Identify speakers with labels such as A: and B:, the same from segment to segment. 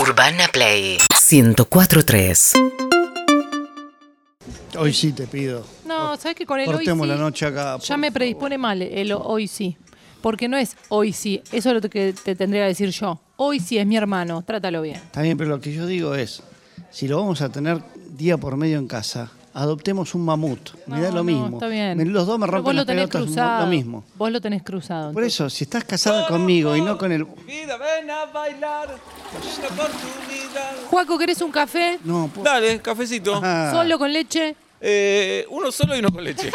A: Urbana Play 104.3
B: Hoy sí te pido.
C: No, ¿sabes que con el hoy sí?
B: Cortemos la noche acá.
C: Ya me predispone mal el hoy sí. Porque no es hoy sí. Eso es lo que te tendría que decir yo. Hoy sí es mi hermano. Trátalo bien.
B: Está bien, pero lo que yo digo es, si lo vamos a tener día por medio en casa, adoptemos un mamut. Me
C: No,
B: da lo
C: no,
B: mismo.
C: está bien.
B: Me- Los dos me
C: Pero
B: rompen las
C: vos lo tenés
B: pelotas mo-
C: cruzado.
B: lo mismo.
C: Vos lo tenés cruzado.
B: Por eso, si estás casada conmigo y no con el...
D: Vida, ven a bailar. Es una oportunidad.
C: Juaco, ¿querés un café?
B: No, po-
D: Dale, cafecito.
B: Ah.
C: ¿Solo con leche?
D: Eh, uno solo y uno con leche.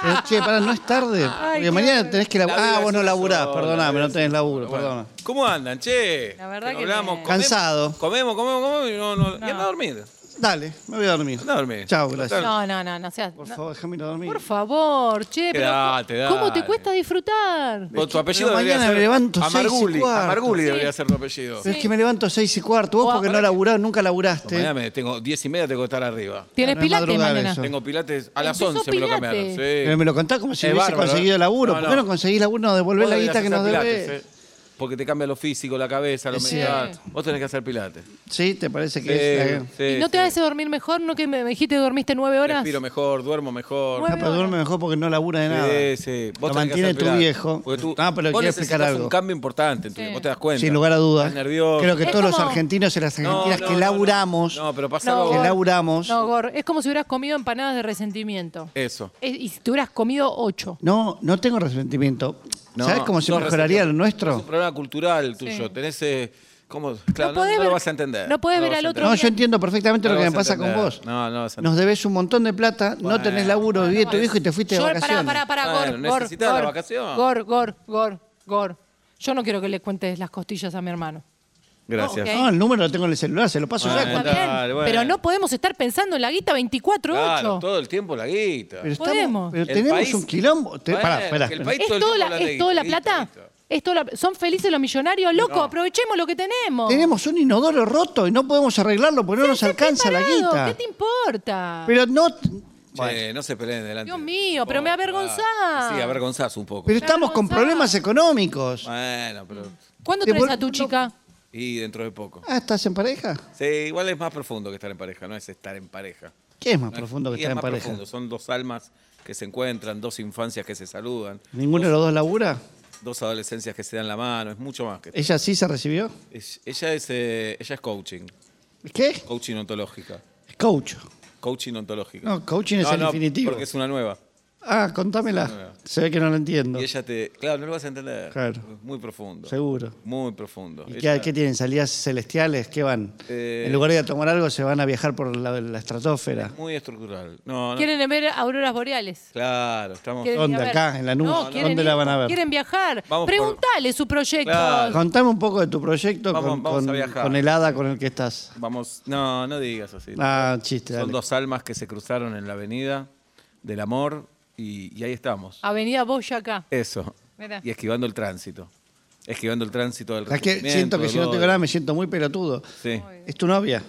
B: Pero, che, pará, no es tarde. porque mañana tenés que laburar.
D: La vida
B: Ah,
D: es
B: vos no
D: una
B: laburás,
D: sola, la
B: perdóname,
D: vida
B: no
D: es
B: tenés
D: una
B: laburo,
D: Bueno,
B: perdona.
D: ¿Cómo andan, che?
C: La verdad
D: Que no
C: que
D: hablamos,
C: me-
D: comemos-
B: Cansado.
D: Comemos, comemos, comemos y no, no, y anda a dormir.
B: Dale, me voy a dormir.
D: Anda a dormir.
B: Chao, gracias.
C: No, no, no, no seas.
B: Por
C: no.
B: favor, déjame ir a dormir.
C: Por favor, che, pero
D: Date, date.
C: ¿cómo te cuesta disfrutar?
D: Vos, tu apellido
B: Pero
D: debería
B: mañana
D: ser
B: me levanto seis y
D: Amarguli.
B: cuarto.
D: Amarguli
C: Sí.
D: debería ser tu apellido.
B: Pero es que me levanto a seis y cuarto. Vos
C: O-
B: porque no
C: pará.
B: laburás, ¿eh? nunca laburaste.
D: Mañana me tengo 10 y media, tengo que estar arriba.
C: ¿Tienes
B: no es
C: pilates
B: madrugar
C: mañana?
B: eso.
D: Tengo pilates a las
C: Empezó
D: 11 me lo
C: Pilates.
D: cambiaron. Sí.
B: Pero Eh, me lo contás como si
D: Eh, Es
B: hubiese
D: bárbaro,
B: conseguido
D: ¿eh?
B: laburo.
D: No,
B: ¿Por qué
D: no.
B: no conseguís laburo? Nos devolvés
D: Vos
B: la
D: deberías
B: guita que nos
D: hacer
B: debés.
D: pilates, eh, Porque te cambia lo físico, la cabeza, lo
B: Es
D: mental.
C: cierto.
D: Vos tenés que hacer pilates.
B: Sí, ¿te parece que
D: Sí,
B: es? la-
D: sí,
C: ¿Y no te
D: sí.
C: hace dormir mejor? ¿No que me me dijiste que dormiste nueve horas?
D: Respiro mejor, duermo mejor.
C: Nueve
B: Ah, pero duerme mejor porque no labura de nada.
D: Sí, sí. Vos
B: Lo
D: tenés que
B: mantiene
D: hacer
B: tu
D: pilates.
B: viejo.
D: Porque tú-
B: Ah, pero le
D: vos
B: quiero explicar
D: necesitas
B: algo.
D: un cambio importante en tu
C: Sí.
D: vida, vos te das cuenta.
B: Sin lugar a dudas.
D: Estás nervioso.
B: Creo que
C: Es
B: todos los
C: como-
B: argentinos y las
D: No,
B: argentinas
D: no,
B: que
D: no,
B: laburamos.
D: No, pero pasa
C: No,
D: algo.
B: que
C: Gor.
B: laburamos.
C: No, Gor, es como si hubieras comido empanadas de resentimiento.
D: Eso.
C: Eh, Y si te hubieras comido ocho.
B: No, no tengo resentimiento.
D: No,
B: ¿Sabes cómo se
D: no,
B: mejoraría lo
D: resentí- Es
B: nuestro?
D: un problema cultural tuyo.
C: Sí.
D: Tenés. eh, ¿Cómo? Claro, no,
C: podés
D: no
C: ver-
D: lo vas a entender.
C: no podés
D: lo
C: ver
D: vas
C: al
D: a
C: otro
B: No,
D: entender.
B: yo entiendo perfectamente
D: No
B: lo que
D: lo
B: me
D: vas a
B: pasa con
D: entender.
B: vos.
D: No, no vas a
B: Nos debes un montón de plata, no
D: Bueno.
B: tenés laburo, vivía tu viejo y te fuiste de
C: Yo-
B: vacaciones.
C: Pará, pará, pará,
D: Bueno,
C: Gor, Gor,
D: necesitas la
C: Gor,
D: vacación.
C: Gor, Gor, Gor, Gor. Yo no quiero que le cuentes las costillas a mi hermano.
D: Gracias.
C: Ok.
B: No, el número lo tengo en el celular, se lo paso
D: Bueno,
B: ya.
C: Está
B: cuando-
C: bien,
D: dale, bueno.
C: Pero no podemos estar pensando en la guita 24-8.
D: Claro, todo el tiempo la guita.
B: Pero,
C: Podemos.
B: pero
D: El
B: tenemos
D: país-
B: un quilombo. Te-
D: Bueno,
B: pará, pará,
D: que el
B: pará.
D: país-
C: ¿Es,
D: todo
C: toda la,
D: tiempo la
C: es toda la
D: guita,
C: plata?
D: listo.
C: ¿Es toda la- ¿Son felices los millonarios? Loco, aprovechemos lo que tenemos.
B: Tenemos un inodoro roto y no podemos arreglarlo porque no nos
C: Sé
B: alcanza la
C: preparado,
B: guita.
C: ¿Qué te importa?
B: Pero no.
D: Che, no se peleen delante.
C: Dios
D: de-
C: mío, pero me
D: Oh,
C: avergonzás.
D: ah, Sí, avergonzás un poco.
B: Pero estamos con
C: avergonzada.
B: problemas económicos.
D: Bueno, pero.
C: ¿Cuándo
B: Te
C: traes
B: vol-
C: a tu
B: no-
C: chica?
D: Y dentro de poco.
B: Ah, ¿estás en pareja?
D: Sí, igual es más profundo que estar en pareja, no es estar en pareja.
B: ¿Qué es más profundo que
D: Y es
B: estar en
D: más
B: pareja?
D: profundo, Son dos almas que se encuentran, dos infancias que se saludan,
B: ¿Ninguno de los dos labura?
D: dos adolescencias que se dan la mano, es mucho más que.
B: ¿Ella sí se recibió?
D: Es- ella, es, eh, ella es coaching,
B: ¿Qué?
D: coaching ontológica.
B: Coach.
D: Coaching ontológica.
B: No, coaching es el infinitivo.
D: Porque es una nueva.
B: Ah, contámela. Se ve que no la entiendo.
D: Y ella te. Claro, no lo vas a entender.
B: Claro.
D: Muy profundo.
B: Seguro.
D: Muy profundo.
B: ¿Y
D: Ella-
B: qué, qué tienen? ¿Salidas celestiales? ¿Qué van?
D: Eh,
B: en lugar de ir a tomar algo, se van a viajar por la, la estratosfera.
D: Muy estructural. No, no.
C: ¿Quieren ver auroras boreales?
D: Claro, estamos.
C: ¿Quieren
B: ¿Dónde?
C: ir a ver?
B: Acá, en Lanús.
C: quieren
B: ¿Dónde la van a ver?
C: Quieren viajar.
D: Vamos por-
C: Preguntale su proyecto.
D: Claro.
B: Contame un poco de tu proyecto
D: Vamos-
B: con,
D: vamos
B: con-
D: a viajar.
B: con el hada con el que estás.
D: Vamos. No, no digas así.
B: Ah, chiste.
D: Son
B: dale.
D: dos almas que se cruzaron en la avenida del amor y, y ahí estamos.
C: Avenida Boyacá.
D: Eso.
C: Mirá.
D: Y esquivando el tránsito. Esquivando el tránsito del
B: La que
D: resentimiento,
B: siento que
D: del
B: si no te
D: odio.
B: ganas me siento muy pelotudo.
D: Sí.
B: ¿Es tu novia?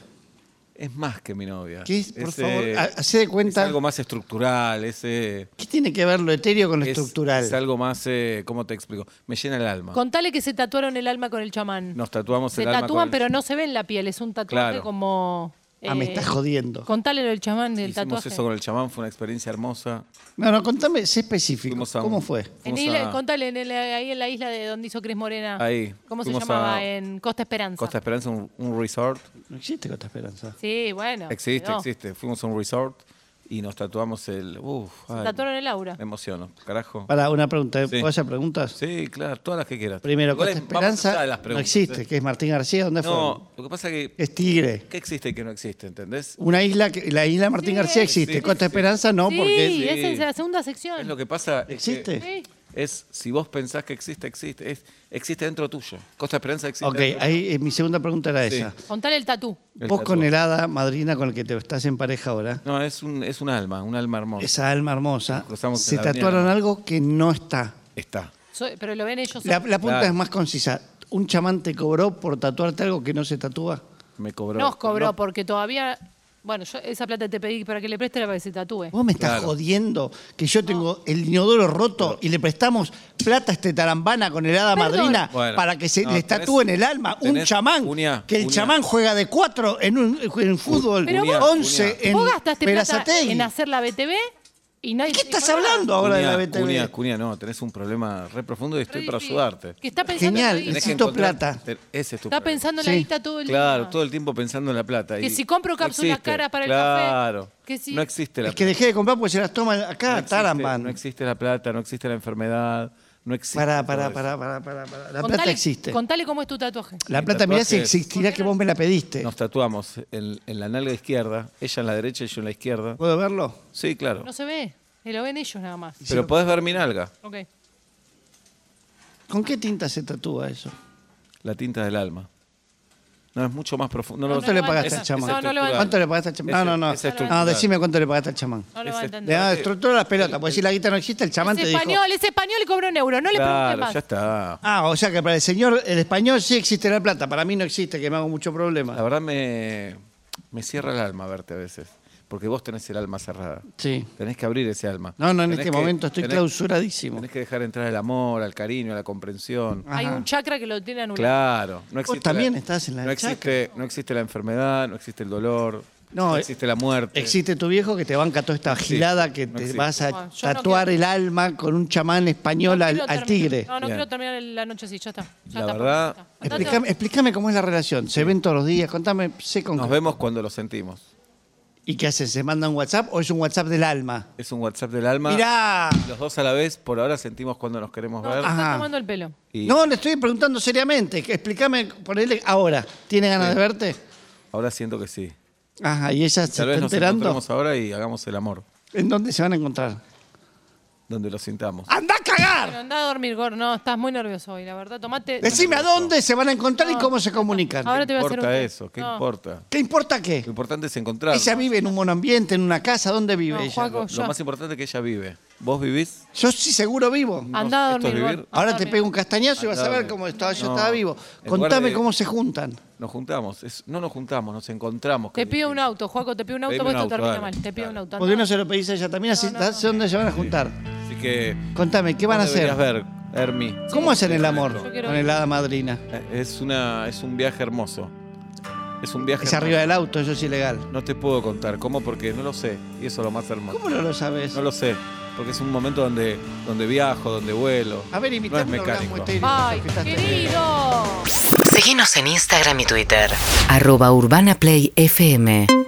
D: Es más que mi novia.
B: ¿Qué es? Por
D: Es,
B: favor,
D: eh,
B: ha- hacé de cuenta.
D: Es algo más estructural, es, eh,
B: ¿Qué tiene que ver lo etéreo con lo
D: es-
B: estructural?
D: Es algo más, eh, ¿cómo te explico? Me llena el alma.
C: Contale que se tatuaron el alma con el chamán.
D: Nos tatuamos
C: se
D: el alma
C: tatúan,
D: con-
C: pero no se ve en la piel. Es un tatuaje
D: Claro.
C: como.
B: Ah, me
C: eh,
B: estás jodiendo.
C: Contale lo del chamán del
D: Hicimos
C: tatuaje.
D: eso con el chamán, fue una experiencia hermosa.
B: No, no, contame, sé específico.
D: Fuimos a un-
B: ¿Cómo fue?
C: En
D: fuimos
C: isla-
D: a-
C: contale en el- ahí en la isla de donde hizo Cris Morena.
D: Ahí.
C: ¿Cómo se
D: Fuimos
C: llamaba?
D: a-
C: En Costa Esperanza.
D: Costa Esperanza, un, un resort.
B: No existe Costa Esperanza.
C: Sí, bueno.
D: existe,
C: quedó.
D: existe. Fuimos a un resort y nos tatuamos el. Uf, ay,
C: Tatuaron el aura.
D: Me emociono, carajo.
B: Para una pregunta, ¿eh?
D: Sí.
B: ¿puedo hacer preguntas?
D: Sí, claro, todas las que quieras.
B: Primero,
D: Igual
B: Costa
D: es- vamos a empezar de
B: Esperanza
D: las
B: no
D: preguntas,
B: existe,
D: ¿eh?
B: que es Martín García, ¿dónde
D: No, lo que pasa es
B: fue?
D: que.
B: Es Tigre.
D: ¿Qué existe y qué no existe, entendés?
B: Una isla, que, la isla Martín
C: Sí,
B: García existe,
D: sí,
B: Costa
D: sí.
B: Esperanza no,
C: sí,
B: porque...
C: esa es la segunda
D: Es
C: sección.
D: lo que pasa. es que
B: ¿Existe?
C: Sí.
D: Es si vos pensás que existe, existe. Es, existe dentro tuyo. Costa Esperanza existe.
B: Ok,
D: dentro
B: ahí eh, mi segunda pregunta era
D: Sí.
B: esa.
C: Contale el tatú.
D: tuyo. El
B: Vos con
D: tatuaje.
B: el hada madrina con el que te estás en pareja ahora,
D: No, es un, es un alma, un alma hermosa.
B: esa alma hermosa,
D: Nos cruzamos en
B: se
D: la
B: tatuaron
D: avenida.
B: algo que no está.
D: Está.
C: So- pero lo ven ellos.
B: La,
C: solos.
B: la punta
D: Claro.
B: es más concisa. ¿Un chamán te cobró por tatuarte algo que no se tatúa?
D: Me cobró.
C: Nos cobró
D: No,
C: porque todavía Bueno, yo esa plata te pedí para que le preste era para que se tatúe.
B: Vos me estás
D: Claro.
B: jodiendo que yo tengo el inodoro roto y le prestamos plata a este tarambana con el hada
C: Perdón.
B: madrina
D: Bueno,
B: para que se
D: no,
B: le
D: tenés-
B: tatúe en el alma un
D: tenés
B: chamán.
D: cuña,
B: que el
D: cuña.
B: chamán juega de cuatro en, un, en fútbol,
C: Pero
D: vos-
B: 11 en
C: Vos gastaste plata
B: Berazategui.
C: en hacer la BTV y nadie.
B: ¿Qué
C: te dijo
B: estás
C: nada.
B: hablando ahora de la
D: Cunia,
B: BTV?
D: Cunia, Cunia, no, tenés un problema re profundo y estoy
C: Re
D: para
C: difícil.
D: ayudarte.
C: Que está pensando
B: Genial,
C: en la
D: Tenés
C: guita.
D: que
B: Necesito
D: encontrar-
B: plata.
D: te- Ese es tu
C: Está
D: problema.
C: pensando en la
B: Sí.
C: guita todo el
D: Claro,
C: día.
D: todo el tiempo pensando en la plata.
C: Que
D: y
C: si compro
D: no
C: cápsulas
D: existe,
C: cara para el
D: claro,
C: café, que si-
D: No existe la
B: Es que dejé de comprar porque se las toma acá,
D: no existe-
B: tarambana.
D: No existe la plata, no existe la enfermedad, no existe.
B: Pará,
D: todo
B: pará,
D: eso.
B: pará, pará, pará, pará. La
C: Contale-
B: plata existe.
C: Contale cómo es tu tatuaje.
B: La
D: Mi
B: plata, mirá si
D: tatuaje es-
B: existirá que vos me la pediste.
D: Nos tatuamos en, en la nalga izquierda, ella en la derecha y yo en la izquierda.
B: ¿Puedo verlo?
D: Sí, claro.
C: No se ve. eh, Lo ven ellos nada más.
D: Pero podés ver mi nalga,
C: Ok.
B: ¿Con qué tinta se tatúa eso?
D: la tinta del alma. No, es mucho más profundo. No,
B: ¿Cuánto le pagaste
D: esa-
B: al chamán?
C: No,
D: esa
C: no le va-
D: estructura-
B: ¿Cuánto le pagaste al chamán?
D: Ese-
B: No, no,
D: esa
B: no.
D: estructura.
B: No, decime cuánto le pagaste al chamán.
C: No lo va a
D: Ese-
B: Le
C: entender.
B: da estructura a las pelotas, porque si la guita no existe, el chamán te
C: Es
B: dijo.
C: español, es español y cobró un euro. No le pregunten
D: Claro,
C: más.
D: ya está.
B: Ah, o sea que para el señor, el español sí existe la plata, para mí no existe, que me hago mucho
D: La
B: problema.
D: verdad me, me cierra el alma verte a veces. Porque vos tenés el alma cerrada.
B: Sí.
D: Tenés que abrir ese alma.
B: No, no, en
D: Tenés
B: este
D: que-
B: momento estoy
D: tenés-
B: clausuradísimo.
D: Tenés que dejar entrar el amor, al cariño, a la comprensión.
B: Ah,
C: Hay
B: Ajá.
C: un chakra que lo tiene anulado.
D: Claro. No existe
B: también estás en la
D: no
B: del chakra.
D: existe, no existe la enfermedad, no existe el dolor,
B: No, eh,
D: no, existe la muerte.
B: Existe tu viejo que te banca toda esta
D: Existe,
B: gilada que
D: no
B: te
D: existe.
B: vas a
C: Bueno, yo no
B: tatuar el
C: quiero-
B: alma con un chamán español
C: No
B: al,
C: quiero
B: al
C: termi-
B: tigre.
C: No, no
D: Bien.
C: quiero terminar la noche así. Ya está. Ya
D: La
C: está,
D: verdad-
C: ya está. Andate.
B: Explícame, explícame cómo es la relación. ¿Se ven todos los días? Contame, sé con
D: Nos vemos cuando lo sentimos.
B: ¿Y qué hacen? ¿Se mandan WhatsApp o es un WhatsApp del alma?
D: Es un WhatsApp del alma.
B: Mirá.
D: Los dos a la vez, por ahora sentimos cuando nos queremos
C: No,
D: ver.
C: te estás
B: Ajá.
C: tomando el pelo.
D: Y
B: No, le estoy preguntando seriamente. que Explícame, ponele ahora. ¿Tiene ganas de verte?
D: ahora siento que sí.
B: Ajá, y ella se
D: Tal
B: está
D: vez nos
B: enterando.
D: encontremos ahora y hagamos el amor,
B: ¿En dónde se van a encontrar?
D: donde lo sintamos.
C: Ah,
B: ¡Anda a
C: Pero
B: cagar!
C: andá a dormir, Gor. No, estás muy nervioso hoy, la verdad. Tomate.
B: Decime a dónde se van a encontrar y cómo se comunican.
C: Ahora te
D: ¿Qué
C: voy a hacer
D: importa
C: un test.
D: eso? ¿Qué
C: No.
D: importa?
B: ¿Qué importa qué?
D: Lo importante es encontrar.
B: Ella vive en un monoambiente, en una casa. ¿Dónde vive
C: No,
B: ella?
C: Juaco.
D: Lo,
C: Yo-
D: más importante es que ella vive. ¿Vos vivís,
B: Yo sí seguro vivo.
D: No,
C: Andá a
D: ¿esto es
C: dormir,
D: vivir?
C: Gor.
B: Ahora
C: Andá
B: te
C: a dormir.
B: pego un castañazo y vas a ver
D: Andame.
B: cómo estaba, yo
D: Ah, No,
B: estaba vivo.
D: en lugar
B: Contame
D: de-
B: cómo se juntan.
D: nos juntamos. Es- no nos juntamos, nos encontramos.
C: Te
D: que-
C: pido un auto, Juaco, te pido un auto,
D: Pedime
C: porque
D: un
C: esto
D: auto,
C: termina
D: dale,
C: mal. Te pido
D: dale.
C: un auto.
B: ¿Por qué no
C: andá.
B: se lo pedís a ella también? Así,
C: No, no.
B: ¿sabes dónde se van a juntar?
D: Así que.
B: Contame, ¿qué van a
D: vos deberías
B: hacer?
D: ver, Hermi.
B: ¿Cómo hacen el
C: Yo
B: amor
C: quiero
B: con el hada madrina?
D: Eh, Es, una, es un viaje hermoso. Es un viaje
B: Es
D: hermoso.
B: arriba del auto, eso es ilegal.
D: No te puedo contar cómo porque no lo sé. Y eso es lo más hermoso.
B: ¿Cómo no lo sabes?
D: No lo sé. Porque es un momento donde, donde viajo, donde vuelo.
B: A ver,
D: no es
B: imitame un orgasmo
D: mecánico.
B: estéril,
C: Ay,
B: eso que estás teniendo.
C: querido.
A: Síguenos en Instagram y Twitter. Arroba Urbana Play FM